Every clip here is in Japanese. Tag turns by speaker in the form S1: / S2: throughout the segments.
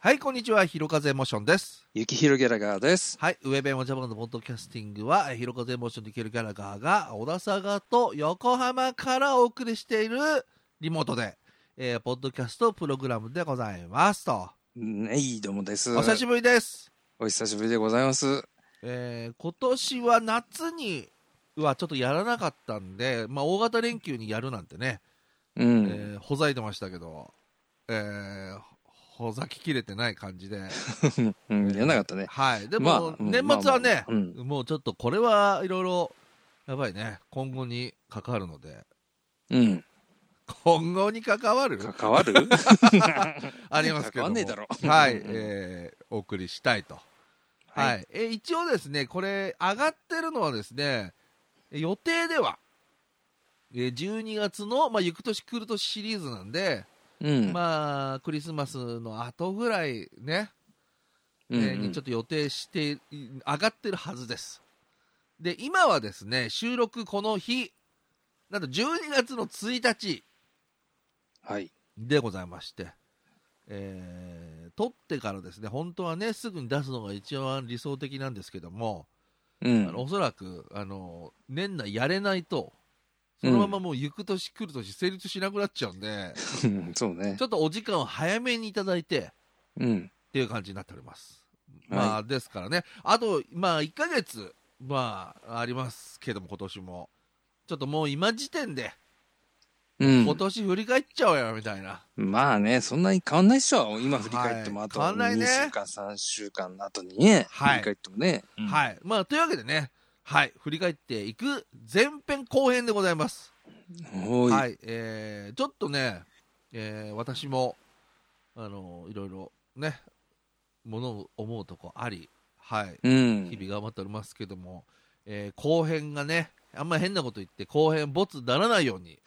S1: はい、こんにちは。ひろかぜエモーションです。
S2: ゆきひろギャラガーです。
S1: はい、ウェブエモジャパンのポッドキャスティングは、えーひろかぜエモーションできるギャラガーが、小田坂と横浜からお送りしているリモートで、えーポッドキャストプログラムでございますと。
S2: ねい、どうもです。
S1: お久しぶりです。
S2: お久しぶりでございます。
S1: えー今年は夏にはちょっとやらなかったんで、まあ、大型連休にやるなんてね、
S2: うん。
S1: えーほざいてましたけど、えーほざききれてない感じで。
S2: うん、やらなかったね。
S1: はい。で
S2: ま
S1: も
S2: あ、うん
S1: 年末はね
S2: まあまあ、うん
S1: もうちょっとこれはいろいろ、やばいね。今後に関わるので。
S2: うん。
S1: 今後に関わる
S2: 関わる
S1: ありますけども。
S2: 関わんねえだろ
S1: はい。えー、お送りしたいと。はい。
S2: はい。
S1: えー一応ですね、これ、上がってるのはですね、えー予定では、えー12月の、まあ、ゆく年来る年シリーズなんで、
S2: うん。
S1: まあ、クリスマスの後ぐらいね、
S2: うん
S1: えーにちょっと予定してい上がってるはずですで今はですね収録この日なんと12月の1日
S2: はい。
S1: でございまして、えー撮ってからですね本当はねすぐに出すのが一番理想的なんですけども、
S2: う
S1: あ
S2: ん
S1: の。おそらくあの年内やれないとそのままもう行く年来る年成立しなくなっちゃうん で、
S2: うん そうね
S1: ち。ょっとお時間を早めにいただいて
S2: うん。
S1: っていう感じになっております。
S2: はい
S1: まあ、ですからね、あと、まあ、1ヶ月、まあ、ありますけども、今年も。ちょっともう今時点で、
S2: うん。
S1: 今年振り返っちゃおうよ、みたいな。
S2: まあね、そんなに変わんないっしょ。今振り返っても、
S1: はい
S2: あと
S1: 変わんないね
S2: 2週間、3週間の後にね、
S1: はい
S2: 振り返ってもね。い。
S1: はい。まあ、というわけでね、はい、振り返っていく前編後編でございます。
S2: お。
S1: はいい、えー、ちょっとね、えー私も、あのいろいろね、ものを思うとこあり、はい、
S2: うん
S1: 日。々頑張っておりますけども、えー後編がねあんま変なこと言って後編ボツにならないよう に、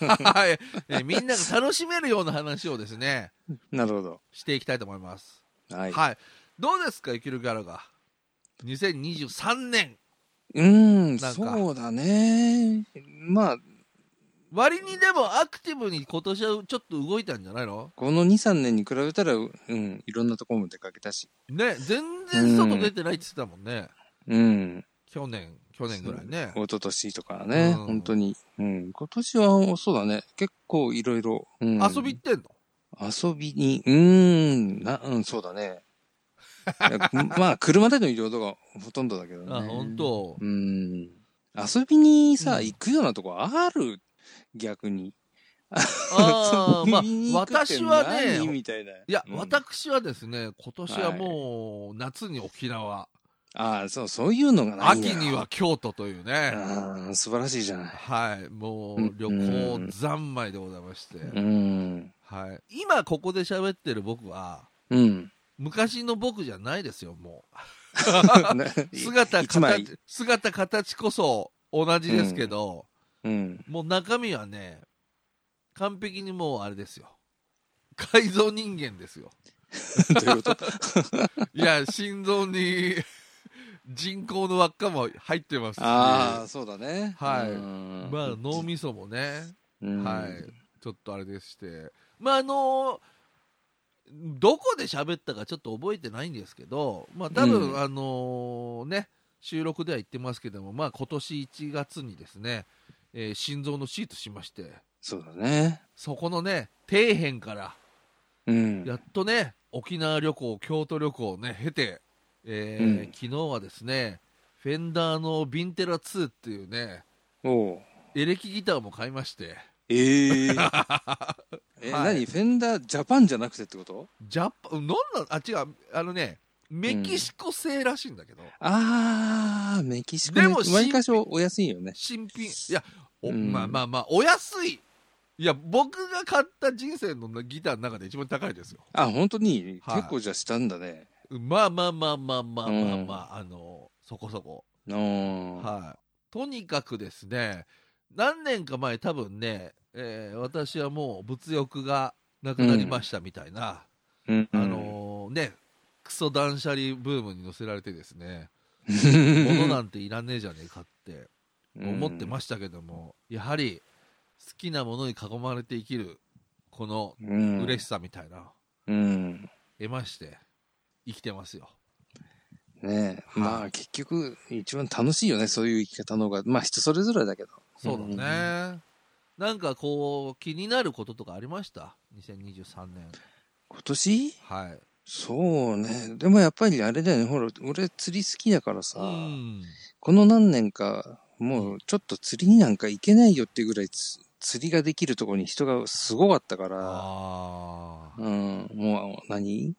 S1: はいえーみんなが楽しめるような話をですね
S2: なるほど。
S1: していきたいと思います
S2: は
S1: はい、
S2: い。
S1: どうですか生きるギャラが2023年
S2: うん、
S1: なんか
S2: そうだね。まあ、
S1: 割にでもアクティブに今年はちょっと動いたんじゃないの
S2: この2、3年に比べたら、うん、いろんなところも出かけたし。
S1: ね全然外出てないって言ってたもんね、
S2: うん。
S1: 去年去年ぐらいね
S2: 一昨年とかね、
S1: うん
S2: 本当に。うん。今年は、そうだね。結構いろいろ。うん
S1: 遊び行ってんの
S2: 遊びに、うーん、な、うん、そうだね。いや まあ、車での移動とかほとんどだけどね。
S1: あ本 当
S2: うん。遊びにさ、
S1: うん
S2: 行くようなとこある逆に。
S1: ああまあ
S2: 遊びに行くって
S1: 私はね
S2: 何みたいな。
S1: いや、
S2: うん
S1: 私はですね、今年はもう夏に沖縄、
S2: ああ、そう、そういうのがないんだ
S1: 秋には京都というね、
S2: ああ、素晴らしいじゃない。
S1: はい、もう
S2: うん
S1: 旅行三昧でございまして、
S2: うん。
S1: はい、今ここで喋ってる僕は、
S2: うん。
S1: 昔の僕じゃないですよ、も
S2: ね
S1: う。姿、
S2: 一枚
S1: 形、姿、形こそ同じですけど、
S2: うん。
S1: もう中身はね、完璧にもうあれですよ。改造人間ですよ。
S2: どういうこと
S1: いや、心臓に人工の輪っかも入ってますし。
S2: ああ、そうだね。
S1: はい
S2: うん
S1: まあ、脳みそもね、
S2: うん
S1: はい、ちょっとあれでして、まああのどこで喋ったかちょっと覚えてないんですけど、まあ多分、
S2: うん
S1: あのね、収録では言ってますけども、まあ今年1月にですね、えー心臓の手術しまして、
S2: そうだね。
S1: そこのね、底辺から、
S2: うん。
S1: やっとね、沖縄旅行、京都旅行をね、経て、えー
S2: うん
S1: 昨日はですね、フェンダーのヴィンテラ2っていうね、
S2: おう
S1: エレキギターも買いまして、
S2: えええ、
S1: はい
S2: 何フェンダージャパンじゃなくてってこと
S1: ジャパン、なんなん、あ、違う、あのね、メキシコ製らしいんだけど、
S2: ああ、メキシコね。
S1: でも
S2: 毎箇所お安いよね。
S1: 新品、いや、お
S2: うん
S1: まあまあまあ、お安い。いや、僕が買った人生のギターの中で一番高いですよ。
S2: あ、本当に、
S1: はい
S2: 結構じゃあしたんだね。
S1: まあまあまあまあまあまあ、
S2: うん
S1: まあ、あの、そこそこ。
S2: うん。
S1: はい。とにかくですね、何年か前、多分ね、えー私はもう物欲がなくなりましたみたいな、
S2: うん
S1: あ、のーね、クソ断捨離ブームに乗せられてです ね、物
S2: 物
S1: なんていらねえじゃねえかって思ってま
S2: し
S1: したけども、やはり好きなものに囲まれて生きるこの
S2: た。うん。
S1: 嬉しさみたいな
S2: うん。
S1: 得まして、生きてますよ。
S2: ねえ、
S1: い
S2: まあ結局、一番楽しいよね、そういう生き方の方が。まあ人それぞれだけど。
S1: そうだね。
S2: うんうんうん
S1: なんかこう、気になることとかありました2023年。
S2: 今年
S1: はい。
S2: そうね。でもやっぱりあれだよね。ほら、俺釣り好きだからさ、
S1: うん。
S2: この何年か、もうちょっと釣りになんか行けないよっていうぐらいつ釣りができるところに人がすごかったから、
S1: ああ。
S2: うん、もう何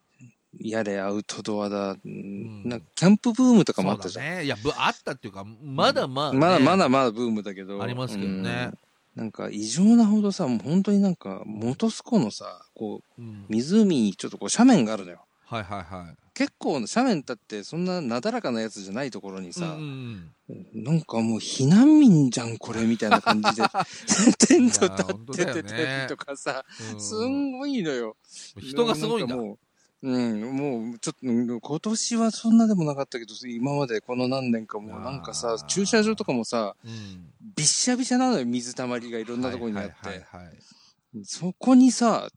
S2: やれアウトドアだ、うん
S1: うん
S2: なんかキャンプブームとかもあった
S1: そう
S2: じゃ
S1: だ
S2: ん。
S1: ね。いや、ぶあったっていうか、まだまだ、
S2: まだまだまだブームだけど。
S1: ありますけどね
S2: うん。なんか異常なほどさ、もう本当になんか、元栖湖のさ、こう、
S1: うん
S2: 湖にちょっとこう斜面があるのよ。
S1: はいはいはい。
S2: 結構な斜面だってそんななだらかなやつじゃないところに
S1: う
S2: さ、
S1: んうん
S2: なんかもう避難民じゃんこれみたいな感 じでテント立ってて
S1: いやー本当だよね
S2: テレビとかさ、
S1: うん
S2: すんごいのよ
S1: 人がすごいんだ。
S2: なんかもううん、もう、ちょっとうん、今年はそんなでもなかったけど、今までこの何年かもうなんか
S1: あ
S2: さ
S1: ー、
S2: 駐車場とかもさ、
S1: うん
S2: びっしゃびしゃなのよ、水たまりがいろんなところにあって。
S1: はいはいはいはい
S2: そこにさ、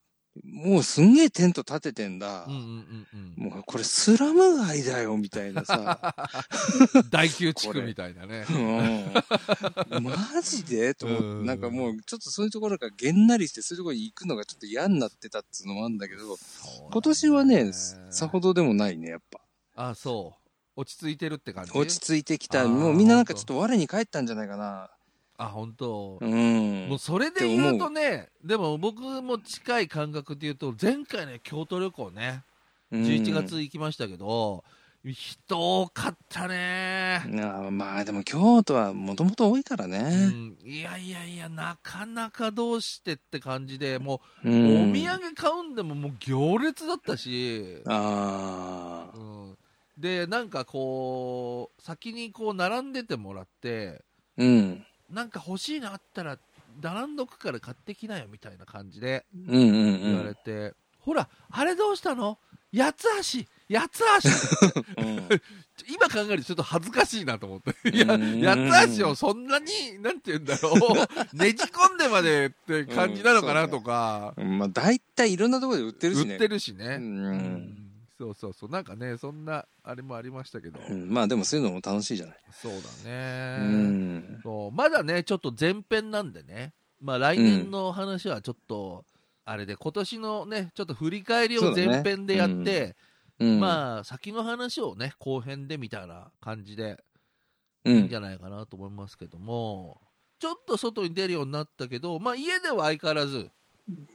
S2: もうすんげえテント立ててんだ。
S1: うんうんうんうん
S2: もうこれスラム街だよ、みたいなさ。
S1: 大宮地区みたいなね。
S2: うんマジでと思って、
S1: うん
S2: なんかもうちょっとそういうところがげんなりして、そういうところに行くのがちょっと嫌になってたっつうのもあるんだけど、今年はね、さほ
S1: ど。
S2: どでもないね、やっぱ。
S1: あ、そう。落ち着いてるって感じ。
S2: 落ち着いてき
S1: あ
S2: た。
S1: ー
S2: もうみんななんかちょっと我に返ったんじゃないかな。
S1: あ、本当
S2: う。ん
S1: もう。それで言うとね、でも僕も近い感覚で言うと、前回ね、京都旅行ね、11月行きましたけど、人多かったね。
S2: うん。あーまあでも京都はもともと多いから
S1: う
S2: ね。
S1: ん、いやいやいや、なかなかどうしてって感じで、も
S2: お
S1: う、お土産買うんでももう行列だったし、
S2: ああ。
S1: うん、で、なんかこう、先にこう、並んでてもらって、
S2: うん。
S1: なんか欲しいのあったら、並んどくから買ってきなよみたいな感じで
S2: うんうんう
S1: 言われ
S2: ん。
S1: て、ほら、あれどうしたの八つ橋八つ
S2: うん
S1: 橋 今考えるとちょっと恥ずかしいなと思って。いや、
S2: うん
S1: 八つ橋をそんなに、なんて言うんだろ う、ねじ込んでまでって感じなのかなとか、
S2: まあ大体いろんなところで売ってるし
S1: 売
S2: ね。
S1: ってるしね。
S2: う。
S1: うんそうそうそう。なんかね、そんな、あれもありましたけど。
S2: うんまあでもそういうのも楽しいじゃない。
S1: そうだ
S2: う
S1: ね。
S2: ん。
S1: そうまだね、ちょっと前編なんでね、まあ、来年の話はちょっと、あれで、今年のね、ちょっと振り返りを前編でやって、
S2: そうだうん
S1: まあ、先の話をね、後編でみたいな感じで、
S2: う
S1: いいん
S2: ん
S1: じ。ゃないかなと思いますけども、ちょっと外に出るようになったけど、まあ、家では相変わらず、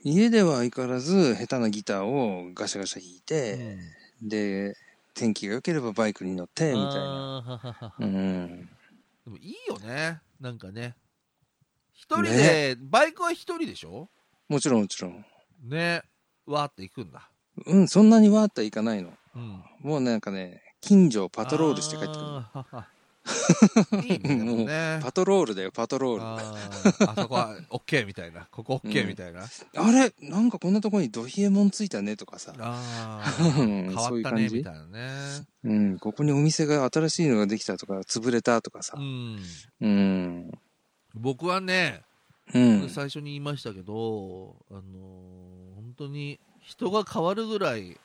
S2: 家では相変わらず下手なギターをガシャガシャ弾いて、で、天気が良ければバイクに乗って、み
S1: うん
S2: た
S1: あ
S2: いな。
S1: ーははは
S2: う
S1: は
S2: ん。
S1: でもいいよね、なんかね。一人で、バイクは一人でしょ
S2: もちろんもちろん。
S1: ね、わーって行くんだ。
S2: うん、そんなにわーってはいかないの。
S1: うん
S2: もうなんかね、近所をパトロールして帰ってくる。
S1: あーいいねでも ね。
S2: パトロールだよ、パトロール。あ
S1: あーあそこは OK みたいな、ここ OK みたいな。
S2: れなんかこんなとこにドヒエモンついたねとかさ。
S1: あー
S2: 変
S1: 変わったねみたいなね。
S2: うん、ここにお店が新しいのができたとか、潰れたとかさ
S1: う。ん、
S2: うん。
S1: 僕はね、
S2: うん。
S1: 最初に言いましたけど、あのー本当に人が変わるぐらい、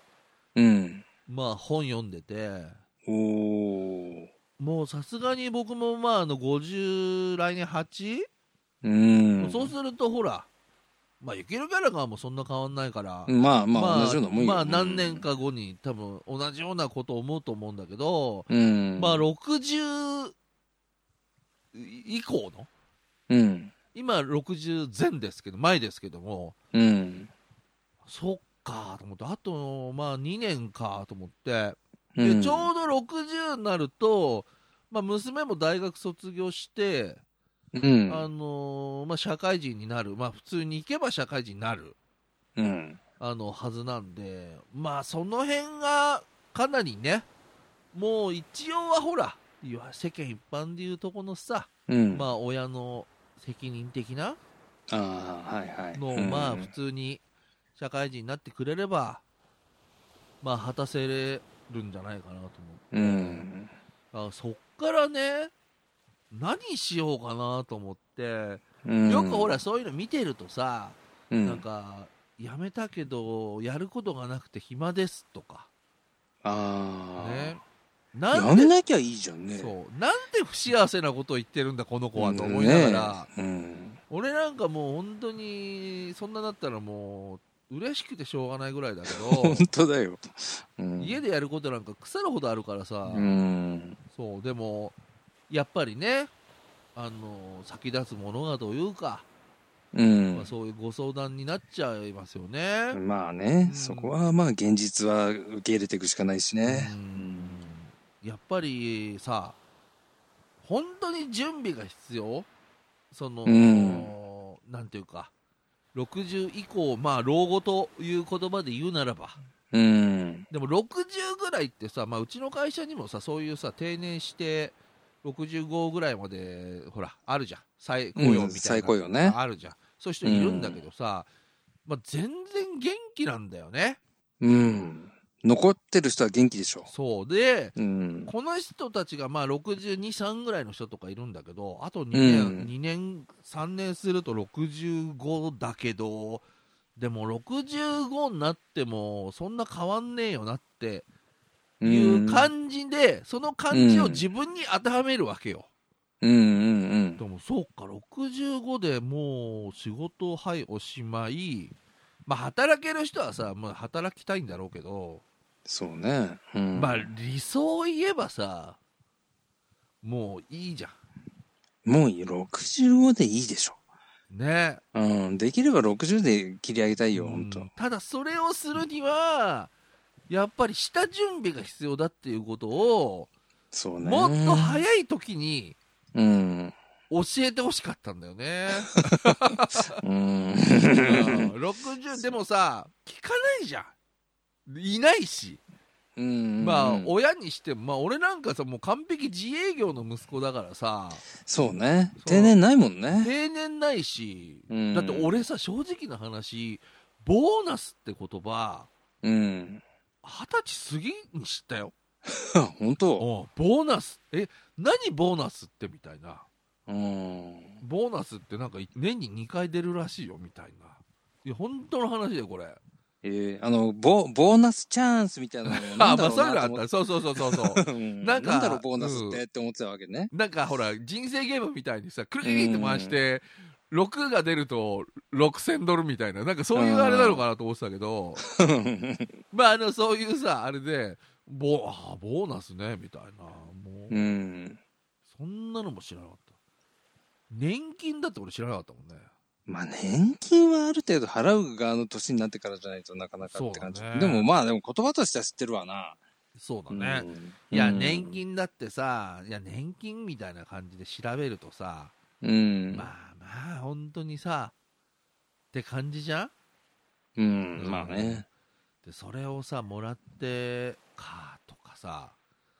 S2: うん。
S1: まあ、本読んでて、
S2: おー。
S1: もうさすがに僕もまああの50来年 8?、
S2: うん。
S1: そうするとほら、まあ、ゆきるキャラがもうそんな変わんないから、
S2: まあまあ、同じようなもんよ
S1: まあ何年。か後に多分同じようなことを思うと思うんだけど、
S2: うん。
S1: まあ60以降の
S2: うん。
S1: 今60前ですけど前ですけども
S2: うん。
S1: そっかと思ってあとまあ2年かと思って
S2: う
S1: で
S2: ん。
S1: ちょうど60になると、まあ、娘も大学卒業して、
S2: うん。
S1: あのーまあ、社会人になる、まあ、普通に行けば社会人になる
S2: うん。
S1: あのはずなんで、まあその辺がかなりね、もう一応はほら、いわ世間一般でいうとこのさ、
S2: うん。
S1: ま
S2: あ
S1: あ親の責任的な
S2: あー、はいはい。
S1: のを、
S2: うん
S1: まあ普通に社会人になってくれれば、まあ果たせれるんじゃないかなと思
S2: う
S1: って、
S2: ん。
S1: あそっからね、何しようかなと思って、
S2: うん
S1: よくほ、らそういうの見てるとさ、
S2: うん
S1: なんかやめたけどやることがなくて暇ですとか
S2: ああ、
S1: ねな
S2: や
S1: んで
S2: んなきゃいいじゃんね。
S1: そうなんて不幸せなことを言ってるんだこの子はと思いながら、
S2: ねうん。
S1: 俺なんかもう本当にそんなだったらもう嬉しくてしょうがないぐらいだけど
S2: 本当だよ。うん、
S1: 家でやることなんか腐るほどあるからさ、
S2: うん。
S1: そうでもやっぱりねあの先立つものがというか、
S2: うん。
S1: まあ、そういうご相談になっちゃいますよね。
S2: まあね、
S1: うん
S2: そこはまあ現実は受け入れていくしかないしね
S1: う。んやっぱりさ本当に準備が必要その、
S2: うん
S1: なんていうか60以降まあ老後という言葉で言うならば
S2: うん。
S1: でも60ぐらいってさ、まあ、うちの会社にもさそういうさ定年して65ぐらいまでほらあるじゃん再雇用みたいな、
S2: うん再雇用ね
S1: あるじゃんそういう人いるんだけどさ、まあ、全然元気なんだよね
S2: うん。残ってる人は元気でしょ
S1: そうで
S2: う。うん。
S1: この人たちがまあ62、3ぐらいの人とかいるんだけど、あと2年、
S2: うん
S1: 2年、3年すると65だけど、でも65になっても、そんな変わんねえよなって
S2: うん
S1: いう感じで、その感じを自分に当てはめるわけよ。
S2: うんうんうん
S1: で。もそうか、65でもう仕事、はい、おしまい。まあ働ける人はさ、まあ、働きたいんだろうけど、
S2: そうね。うん。
S1: まあ理想を言えばさ、もういいじゃん。
S2: もういい65でいいでしょ。
S1: ね
S2: うん。できれば60で切り上げたいよ、ほん
S1: う
S2: と
S1: ん。ただそれをするにはやっぱり下準備が必要だっていうことを
S2: そうね。
S1: もっと早い時に
S2: うん。
S1: 教えてほしかったんだよ ね、
S2: うん。
S1: うん、60でも さ聞かないじゃんいないし、
S2: うん。
S1: まあ
S2: うん
S1: 親にしても、まあ、俺なんかさもう完璧自営業の息子だからさ
S2: そうね
S1: そう。
S2: 定年ないもんね。
S1: 定年ないし
S2: うん
S1: だって、俺さ正直な話ボーナスって言葉
S2: うん。
S1: 二十歳過ぎに知ったよ
S2: 本当
S1: おうボーナスえ何ボーナスってみたいな
S2: うん。
S1: ボーナスってなんか年に2回出るらしいよみたいないや本当の話だよこれ
S2: えー、あの、ボ、ボーナスチャンスみたいなのもな
S1: あ
S2: んだ
S1: まあ
S2: ろう
S1: そういうの あった
S2: なと思っ
S1: らそうそうそうそうそう
S2: うん
S1: な
S2: なんん
S1: か
S2: だろう、ボーナスってって思ってたわけね。
S1: なんかほら人生ゲームみたいにさクルクリって回して6が出ると6000ドルみたいななんかそういうあれなのかなと思ってたけどまああのそういうさあれでボーあーボーナスねみたいなもう
S2: うん。
S1: そんなのも知らなかった年金だって俺知らなかったもんね
S2: まあ、年金はある程度払う側の年になってからじゃないとなかなかって感じ。
S1: そうだね
S2: でもまあ、でも言葉としては知ってるわな。
S1: そうだね、
S2: うん
S1: いや、年。金だってさ、いや、年金みたいな感じで調べるとさ、
S2: うん。
S1: まあまあ、本当にさ、って感じじゃん
S2: うん。まあね。
S1: で、それをさ、もらって、か、とかさ、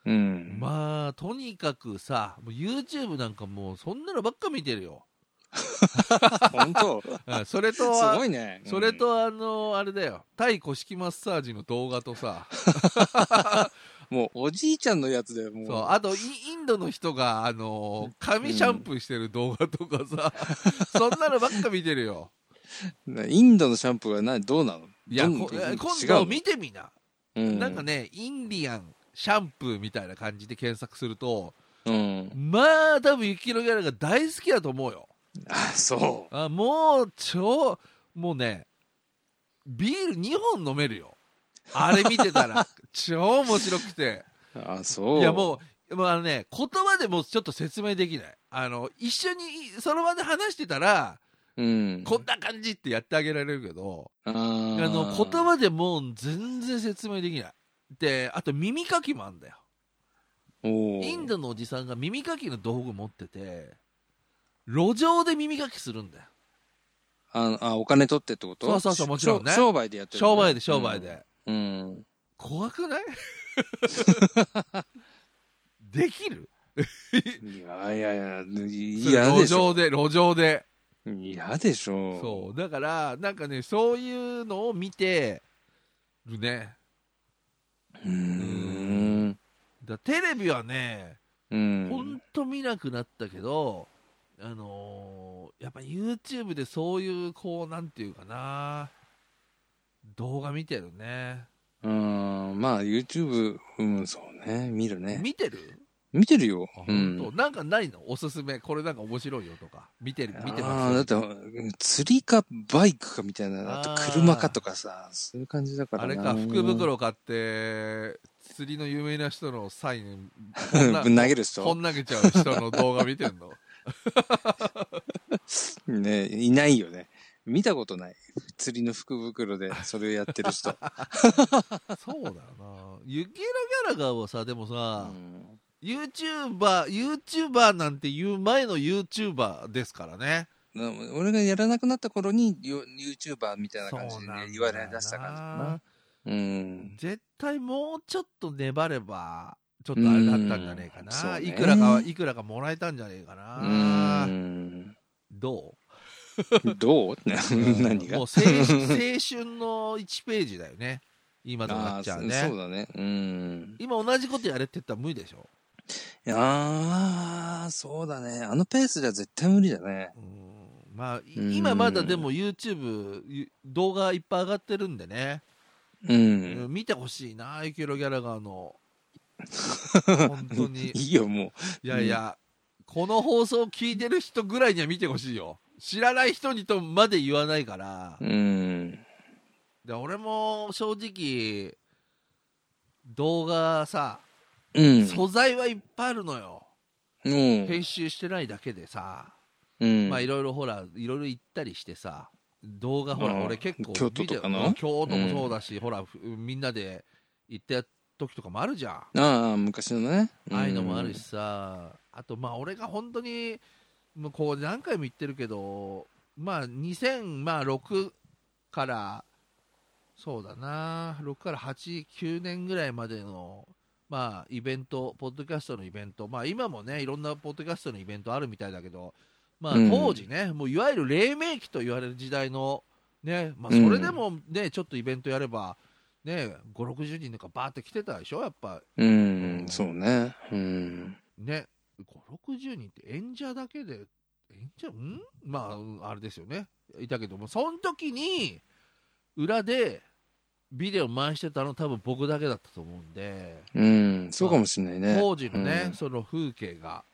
S2: うん。
S1: まあ、とにかくさ、もう YouTube なんかもう、そんなのばっか見てるよ。
S2: あ、本 当 す
S1: うんそれとは
S2: ご、いね。
S1: それと、あの、あれだよ、タイ古式マッサージの動画とさ、
S2: うん、もう、おじいちゃんのやつだよ、もう。
S1: そうあとイインドの人が、あの、髪シャンプーしてる動画とかさ、 そんなのばっか見てるよ。
S2: なインドのシャンプーは何、どうなの
S1: いや、
S2: どん
S1: こ
S2: 違う
S1: 今
S2: の
S1: 度見てみな、
S2: うん、
S1: なんかね、インディアンシャンプーみたいな感じで検索すると、
S2: うん。
S1: まあ、多分雪のギャラが大好きだと思うよ。
S2: あ、そ
S1: あもう、超、もうね、ビール2本飲めるよ。あれ見てた ら、超面白くて。
S2: う。あ、そう。
S1: いや、もう、もうあのね、言葉でもうちょっと説明できない。あの、一緒に、その場で話してたら、
S2: う、うん。
S1: こんな感じってやってあげられるけど、
S2: あ
S1: あの
S2: の
S1: 言葉でもう全然説明できないであと耳かきもあんだよイ
S2: イ
S1: ンドのおじさんが耳かきの道具持ってて路上で耳かきするんだよ
S2: あのあお金取ってってこと
S1: そうそうそう
S2: し
S1: もちろんね
S2: しょ商売でやってる、
S1: 商売で商売で、
S2: うん、うん
S1: 怖くない できる
S2: いやいやいや嫌
S1: 路
S2: でしょ
S1: 上で路上で
S2: 嫌でしょ
S1: そうだからなんかねそういうのを見てるね
S2: うーん
S1: だテレビはね
S2: うん
S1: ほんと見なくなったけど、あのーやっぱ YouTube でそういう、こう、なんていうかな、動画見てるね。
S2: うん、まあ YouTube、うん、そうね、見るね。
S1: 見てる
S2: 見てるよ
S1: あ。
S2: う
S1: 本
S2: ん。
S1: 当なんかないのおすすめ。これなんか面白いよとか。見てる、見て
S2: ああ
S1: ます。
S2: だって、うん釣りかバイクかみたいな、あと
S1: あー
S2: 車かとかさ、そういう感じだから
S1: あれ
S2: な
S1: か、福。 袋買って、釣りの有名な人のサイ ン、
S2: ぶん投げる人
S1: 本投げちゃう人の動画見てんの
S2: ね、いないよね。見たことない。釣りの福袋でそれをやって る人。
S1: そうだよな。ユキエラ・ギャラガーはさ、でも
S2: う
S1: さ、
S2: ん
S1: ユーチューバー、ユーチューバーなんて言う前のユーチューバーですからね。
S2: な俺がやらなくなった頃に、ユ YouTuber みたいな感じ
S1: そう
S2: で、
S1: なんだよな、
S2: ね言われ出した感じかな。うん。
S1: 絶対もうちょっと粘れば、ちょっとあれだったんじゃねえか
S2: うんそう
S1: な。
S2: ね
S1: いくらかは、いくらかもらえたんじゃねえか
S2: う
S1: な。
S2: ん。
S1: ど
S2: どう
S1: う
S2: 何が
S1: もう青春青春の1ページだよね。今となっちゃう
S2: あ
S1: ね
S2: ーそそう。だね。うん。
S1: 今同じことやれって言ったら無理でしょ。
S2: ああ、そうだね。あのペースじゃ絶対無理だね。
S1: うんまあ、い
S2: うん
S1: 今まだでも YouTube ゆ動画いっぱい上がってるんでね、
S2: うん。
S1: 見てほしいなエキロギャラガー の本当に
S2: い
S1: い
S2: いよ、も
S1: やいや、この放送を聞いてる人ぐらいには見てほしいよ知らない人にとまで言わないから、
S2: う。うん。
S1: で俺も正直動画さ、
S2: うん。
S1: 素材はいっぱいあるのよ
S2: うん。
S1: 編集してないだけでさ、
S2: うん。
S1: まあいろいろほらいろいろ行ったりしてさ動画ほら、
S2: うん
S1: 俺結構
S2: 京都とかの
S1: 見てうん京都もそうだし、ほらふみんなで行った時とかもあるじゃん、
S2: ああ、昔のね。
S1: ああいうのもあるし。さあとまあ俺が本当にもうこう何回も言ってるけどまあ2006からそうだな6から89年ぐらいまでのまあイベントポッドキャストのイベントまあ今もねいろんなポッドキャストのイベントあるみたいだけどまあ
S2: うん
S1: 当時ね、もういわゆる黎明期と言われる時代のねまあ
S2: うん
S1: それでもね、ちょっとイベントやればね560人とかバーって来てたでしょやっぱ
S2: うん、そうね。うん。
S1: ね、560人って演者だけで、演者、んまあうん、あれですよね、いたけども、その時に、裏でビデオ回してたの、多分僕だけだったと思うんで、
S2: うん、そうかもしんないね。
S1: 当時のね、
S2: うん
S1: その風景が、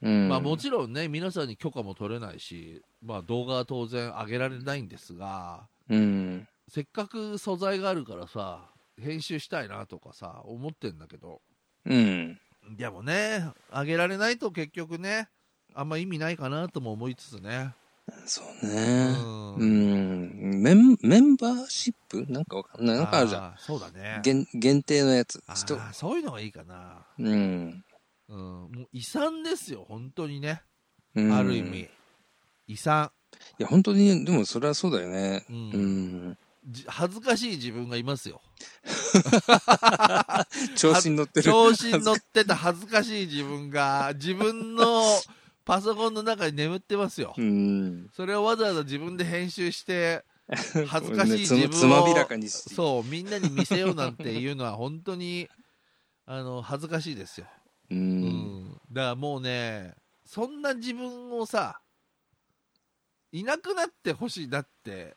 S2: うん。
S1: まあ、もちろんね、皆さんに許可も取れないし、まあ、動画は当然上げられないんですが、
S2: うん。
S1: せっかく素材があるからさ、編集したいなとかさ、思ってんだけど、
S2: うん。
S1: でもね、あげられないと結局ね、あんま意味ないかなとも思いつつね。
S2: そう
S1: う
S2: ね。
S1: ん
S2: うん。メン、メンバーシップなんかわかんない。なんかあるじゃん。
S1: あーそうだね。
S2: 限限定のやつ。
S1: あ
S2: 人。
S1: ーそういうのがいいかな。
S2: うん。
S1: うん、もう遺産ですよ、本当にね。
S2: うん
S1: ある意味。遺産、
S2: いや、本当に、でもそれはそうだよね。
S1: う
S2: うんん。
S1: じ恥ずかしい自分がいますよ。
S2: 調子に乗ってる。
S1: 調子に乗ってた 恥ずかしい自分が、自分の パソコンの中に眠ってますよ。
S2: うん。
S1: それをわざわざ自分で編集して、恥ずかしい自
S2: こ
S1: 分を、
S2: れ ねつまつまびらかにして
S1: そう、みんなに見せようなんていうのは本当 に、あの、恥ずかしいですよ。
S2: う。
S1: うんん。だからもうね、そんな自分をさ、いなくなってほしいな って、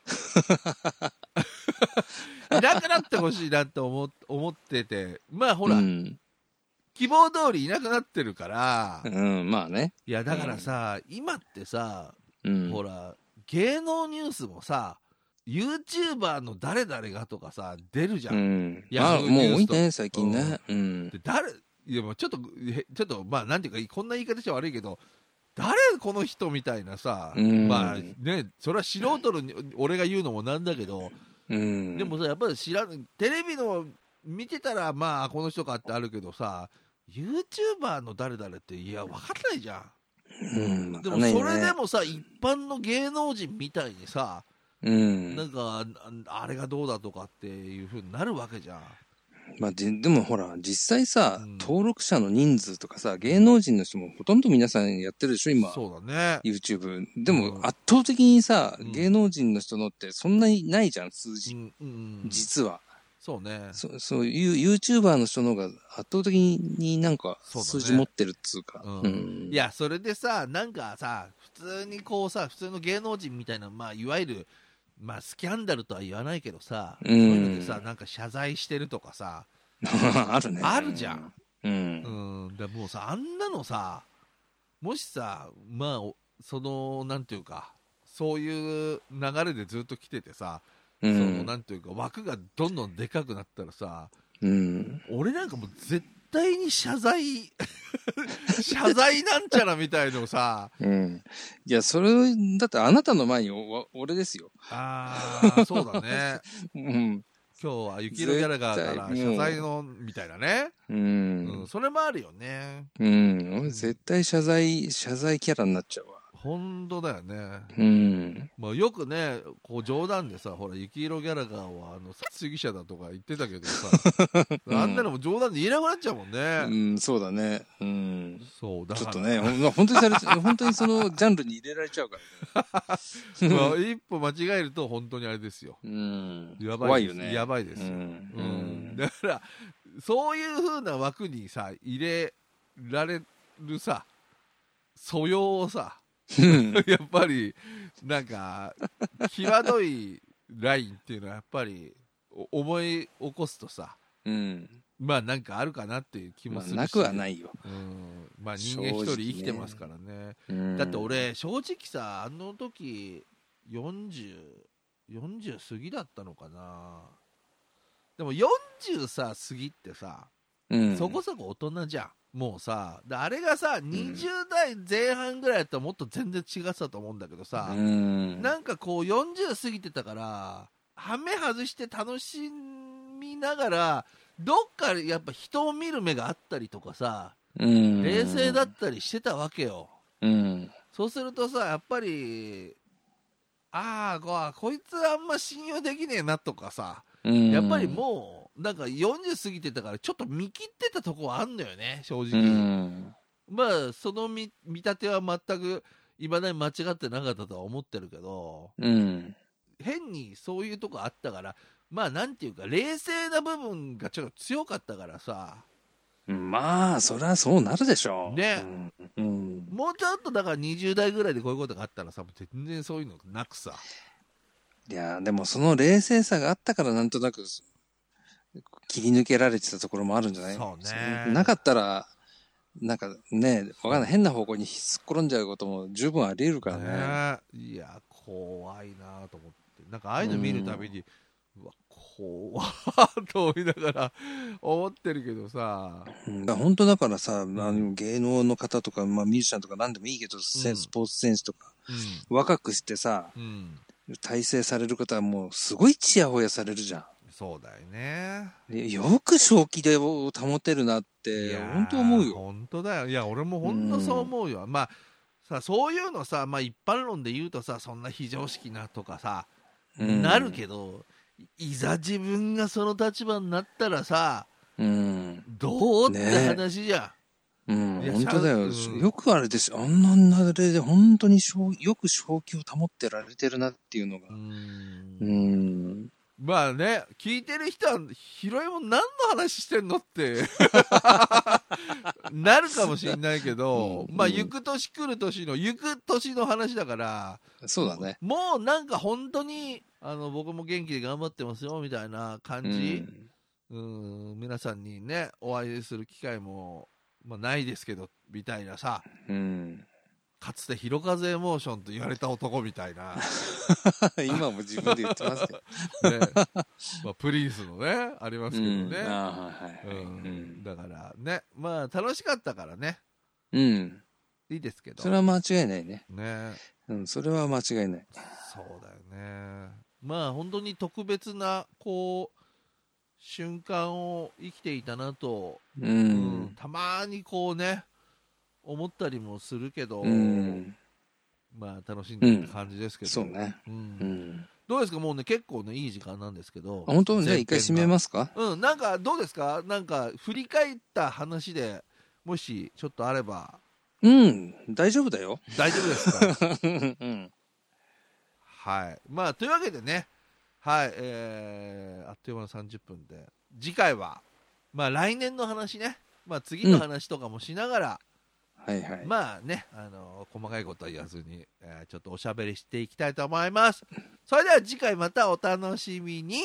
S1: いなくなってほしいなって思思ってて、まあほら、
S2: うん。
S1: 希望通りいなくなってるから、
S2: うんまあね。
S1: いやだからさ、今ってさ、
S2: うん。
S1: ほら、芸能ニュースもさ、YouTuber の誰々がとかさ、出るじゃん。
S2: うん。
S1: ヤ
S2: まあ、
S1: フーニュースと
S2: もう多いね、最近ね。うん。
S1: で誰、いや、まあちょっと、へちょっと、まあ、なんていうか、こんな言い方じゃ悪いけど、誰この人みたいなさ、
S2: うん
S1: まあね、それは素人のに俺が言うのもなんだけど、
S2: うん。
S1: でもさ、やっぱり知らん、テレビの見てたら、まあ、この人かってあるけどさ、YouTuber の誰々って、いや、分かんないじゃん。
S2: うん、わ
S1: で
S2: か
S1: も、
S2: んない
S1: そ
S2: よね
S1: れで、もさ、一般の芸能人みたいにさ、
S2: うん。
S1: なんかああれがどうだとかっていうふうになるわけじゃん。
S2: まあ、じでもほら、実際さ、
S1: うん
S2: 登録者の人数とかさ、芸能人の人もほとんど皆さんやってるでしょ、今。
S1: そうだね。
S2: YouTube。で
S1: う
S2: も、
S1: ん
S2: 圧倒的にさ、
S1: うん
S2: 芸能人の人のってそんなにないじゃん、数
S1: う
S2: 字。
S1: んうん、
S2: 実は。
S1: そうね。
S2: そそういう YouTuber の人の方が圧倒的になんか
S1: そうだね
S2: 数字持ってるっつうか。
S1: うん
S2: うん
S1: いや、それでさ、なんかさ、普通にこうさ、普通の芸能人みたいな、まあ、いわゆるまあスキャンダルとは言わないけどさ、
S2: うん
S1: そういうのでさなんか謝罪してるとかさ、
S2: あるね。
S1: あるじゃん。
S2: う。
S1: うんん、でもうさあんなのさもしさまあおそのなんていうかそういう流れでずっと来ててさ、そ
S2: う
S1: の
S2: ん。
S1: なんていうか枠がどんどんでかくなったらさ
S2: うん。
S1: 俺なんかもう絶対に謝罪 謝罪なんちゃらみたいのをさ
S2: うん。いや、それ、だってあなたの前におわ俺ですよ。
S1: ああそうだ ね
S2: うん。
S1: 今日は雪のギャラガーから
S2: 絶対も
S1: 謝
S2: う
S1: 罪のみたいなね、
S2: う
S1: うん
S2: ん。
S1: それもあるよね
S2: うん。俺絶対謝罪、謝罪キャラになっちゃうわ。
S1: 本当だよね、
S2: うん。
S1: まあ、よくねこう冗談でさほら雪色ギャラガーはあの殺義者だとか言ってたけどさ、
S2: うん
S1: あんなのも冗談で言えなくなっちゃうもんね、
S2: うん、そうだね。うん。
S1: そうだ
S2: ちょっ
S1: か
S2: と
S1: ら、
S2: ね、ほん本当にさ れちゃう本当にそのジャンルに入れられちゃうから。
S1: まあ一歩間違えると本当にあれですよ
S2: うん。
S1: やば
S2: 怖
S1: い
S2: い
S1: で
S2: よ
S1: す
S2: ね。
S1: や
S2: ば
S1: ばいです
S2: う
S1: よ、
S2: ん。
S1: う
S2: うんん。
S1: だからそういう風な枠にさ入れられるさ素養をさ やっぱりなんか際どいラインっていうのはやっぱりお思い起こすとさ
S2: うん。
S1: まあなんかあるかなっていう気も
S2: ますあ
S1: るし、
S2: なくはないよ。
S1: うんまあ人間一人生きてますからね
S2: うん
S1: だって、俺正直さあの時4040過ぎだったのかなでも40さ過ぎってさ、
S2: うん、
S1: そこそこ大人じゃんもうさであれがさ20代前半ぐらいだったらもっと全然違ってたと思うんだけどさ、
S2: うん、
S1: なんかこう40過ぎてたからハメ外して楽しみながらどっかやっぱ人を見る目があったりとかさ
S2: うん、
S1: 冷静だったりしてたわけよ、
S2: うん。
S1: そうするとさやっぱりああこいつあんま信用できねえなとかさ
S2: うん。
S1: やっぱりもうなんか40過ぎてたからちょっと見切ってたとこはあんのよね正
S2: う
S1: 直、
S2: ん、
S1: まあその見見立ては全くいまだに間違ってなかったとは思ってるけど
S2: うん。
S1: 変にそういうとこあったからまあなんていうか冷静な部分がちょっと強かったからさ
S2: うん。まあ、そりゃそうなるでしょう。
S1: ね
S2: うん。うん。
S1: もうちょっとだから20代ぐらいでこういうことがあったらさもう全然そういうのなくさ
S2: いや、でもその冷静さがあったからなんとなく、切り抜けられてたところもあるんじゃない
S1: そうね
S2: なかったら、なんかね、わかんない。変な方向にすっ転んじゃうことも十分あり得るからね。
S1: ねいや怖いなと思ってなんかああいうの見るたびに、うわ怖っと思いながら思ってるけどさ
S2: うん、本当だからさ、あの芸能の方とか、まあ、ミュージシャンとか何でもいいけど、せ
S1: うん
S2: スポーツ選手とか、若くしてさ、
S1: うん、うん、
S2: 体制される方はもうすごいチヤホヤされるじゃ
S1: そうだよね
S2: ん。でよく正気でを保てるなっ
S1: い
S2: て
S1: や、ー
S2: 本当思うよ。
S1: 本当だよいや俺も本当そう思うよ、まあさそういうのさ、まあ、一般論で言うとさそんな非常識なとかさ、
S2: うん
S1: なるけどいいざ自分がその立場になったらさ
S2: うん。
S1: どうって
S2: ね
S1: 話じゃん、
S2: うん、
S1: いや
S2: 本当だよ
S1: ちゃん。
S2: よくあれです。あんな流れで本当に正よく正気を保ってられてるなっていうのが
S1: う。ん
S2: うん。
S1: まあね、聞いてる人は、ヒロエモン何の話してんのっ て、なるかもしれないけど、
S2: うん
S1: まあ、
S2: うん
S1: 行く年来る年の、行く年の話だから、
S2: そうだね。
S1: もうなんか本当に、あの、僕も元気で頑張ってますよ、みたいな感じ、
S2: うん。
S1: うん、皆さんにね、お会いする機会も、まあ、ないですけど、みたいなさ、
S2: うん、
S1: かつて、ひろかずエモーションと言われた男みたいな、ね
S2: 今も自分で言ってます けど。
S1: まあ、プリンスのね、ありますけど
S2: うん
S1: ね。
S2: ああ、はいは
S1: う
S2: いはい。
S1: んだからねまあ楽しかったからね
S2: うん。
S1: いいですけど
S2: それは間違いないね。
S1: ね
S2: うん、それは間違いない。
S1: そうだよねまあ本当に特別なこう瞬間を生きていたなと、
S2: う
S1: うん
S2: ん。
S1: たまにこうね思ったりもするけど、
S2: うん。
S1: まあ楽しんでる感じですけど、
S2: そうね。
S1: うん
S2: うん。
S1: どうですかもうね結構ねいい時間なんですけど
S2: あ本当じゃあ一回締め
S1: す
S2: ますか
S1: うんなんかどうですかなんか振り返った話でもしちょっとあれば
S2: うん。大丈夫だよ。
S1: 大丈夫ですか
S2: うん。
S1: はい。まあ、というわけでね、はい、えーあっという間の30分で、次回は、まあ、来年の話ね、まあ、次の話とかもしながら、
S2: はいはい。
S1: まあね、あの細かいことは言わずに、えーちょっとおしゃべりしていきたいと思います。それでは次回またお楽しみに。